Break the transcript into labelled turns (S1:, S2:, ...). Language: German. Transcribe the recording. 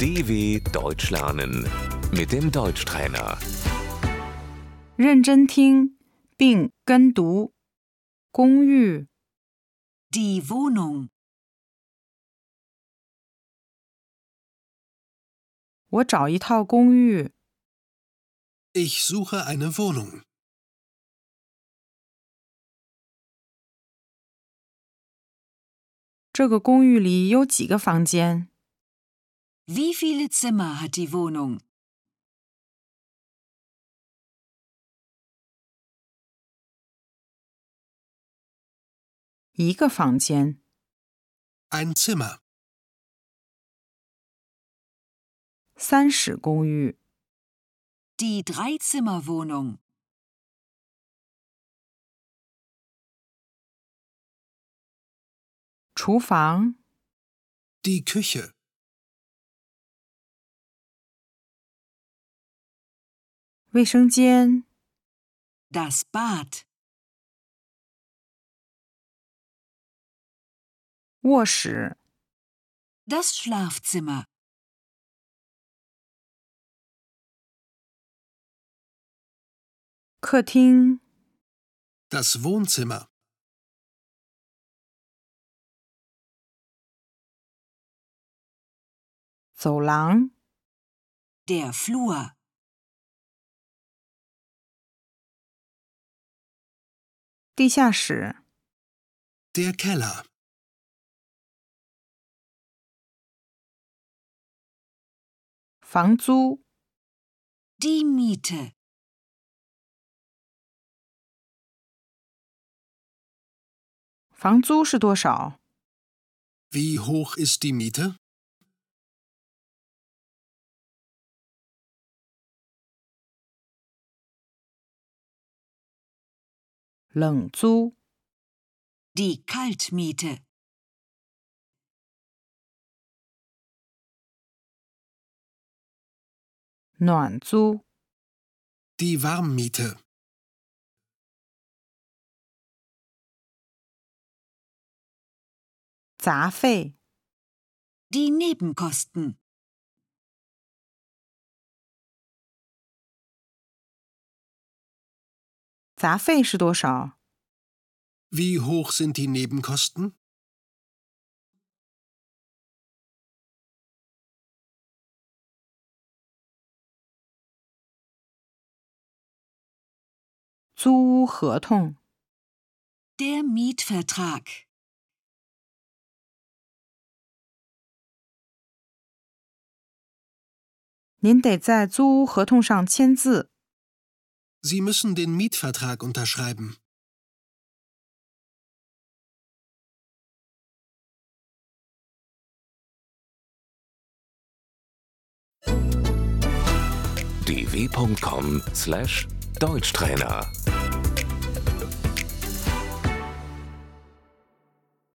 S1: DW Deutsch lernen mit dem Deutschtrainer.
S2: 认真听并跟读。公寓、
S3: Die Wohnung.
S2: 我找一套公寓。
S4: Ich suche eine Wohnung.
S2: 这个公寓里有几个房间？
S3: Wie viele Zimmer hat die Wohnung?
S2: 一个房间。
S4: Ein Zimmer.
S2: 三室公寓。
S3: Die Dreizimmerwohnung.
S2: 厨房、
S4: Die Küche.
S2: 卫生间、
S3: Das Bad.
S2: 卧室、
S3: Das Schlafzimmer.
S2: 客厅、
S4: Das Wohnzimmer.
S2: 走廊、
S3: Der Flur.
S2: 地下室、
S4: Der Keller.
S2: 房租、
S3: Die Miete.
S2: 房租是多少？
S4: Wie hoch ist die Miete?
S2: 冷租、
S3: Die Kaltmiete.
S2: 暖租、
S4: Die Warmmiete.
S2: 杂费、
S3: Die Nebenkosten.
S2: 杂费是多少？
S4: Wie hoch sind die Nebenkosten?
S2: 租屋合同、
S3: Der Mietvertrag.
S2: 您得在租屋合同上签字。
S4: Sie müssen den Mietvertrag unterschreiben.
S1: dw.com/deutschtrainer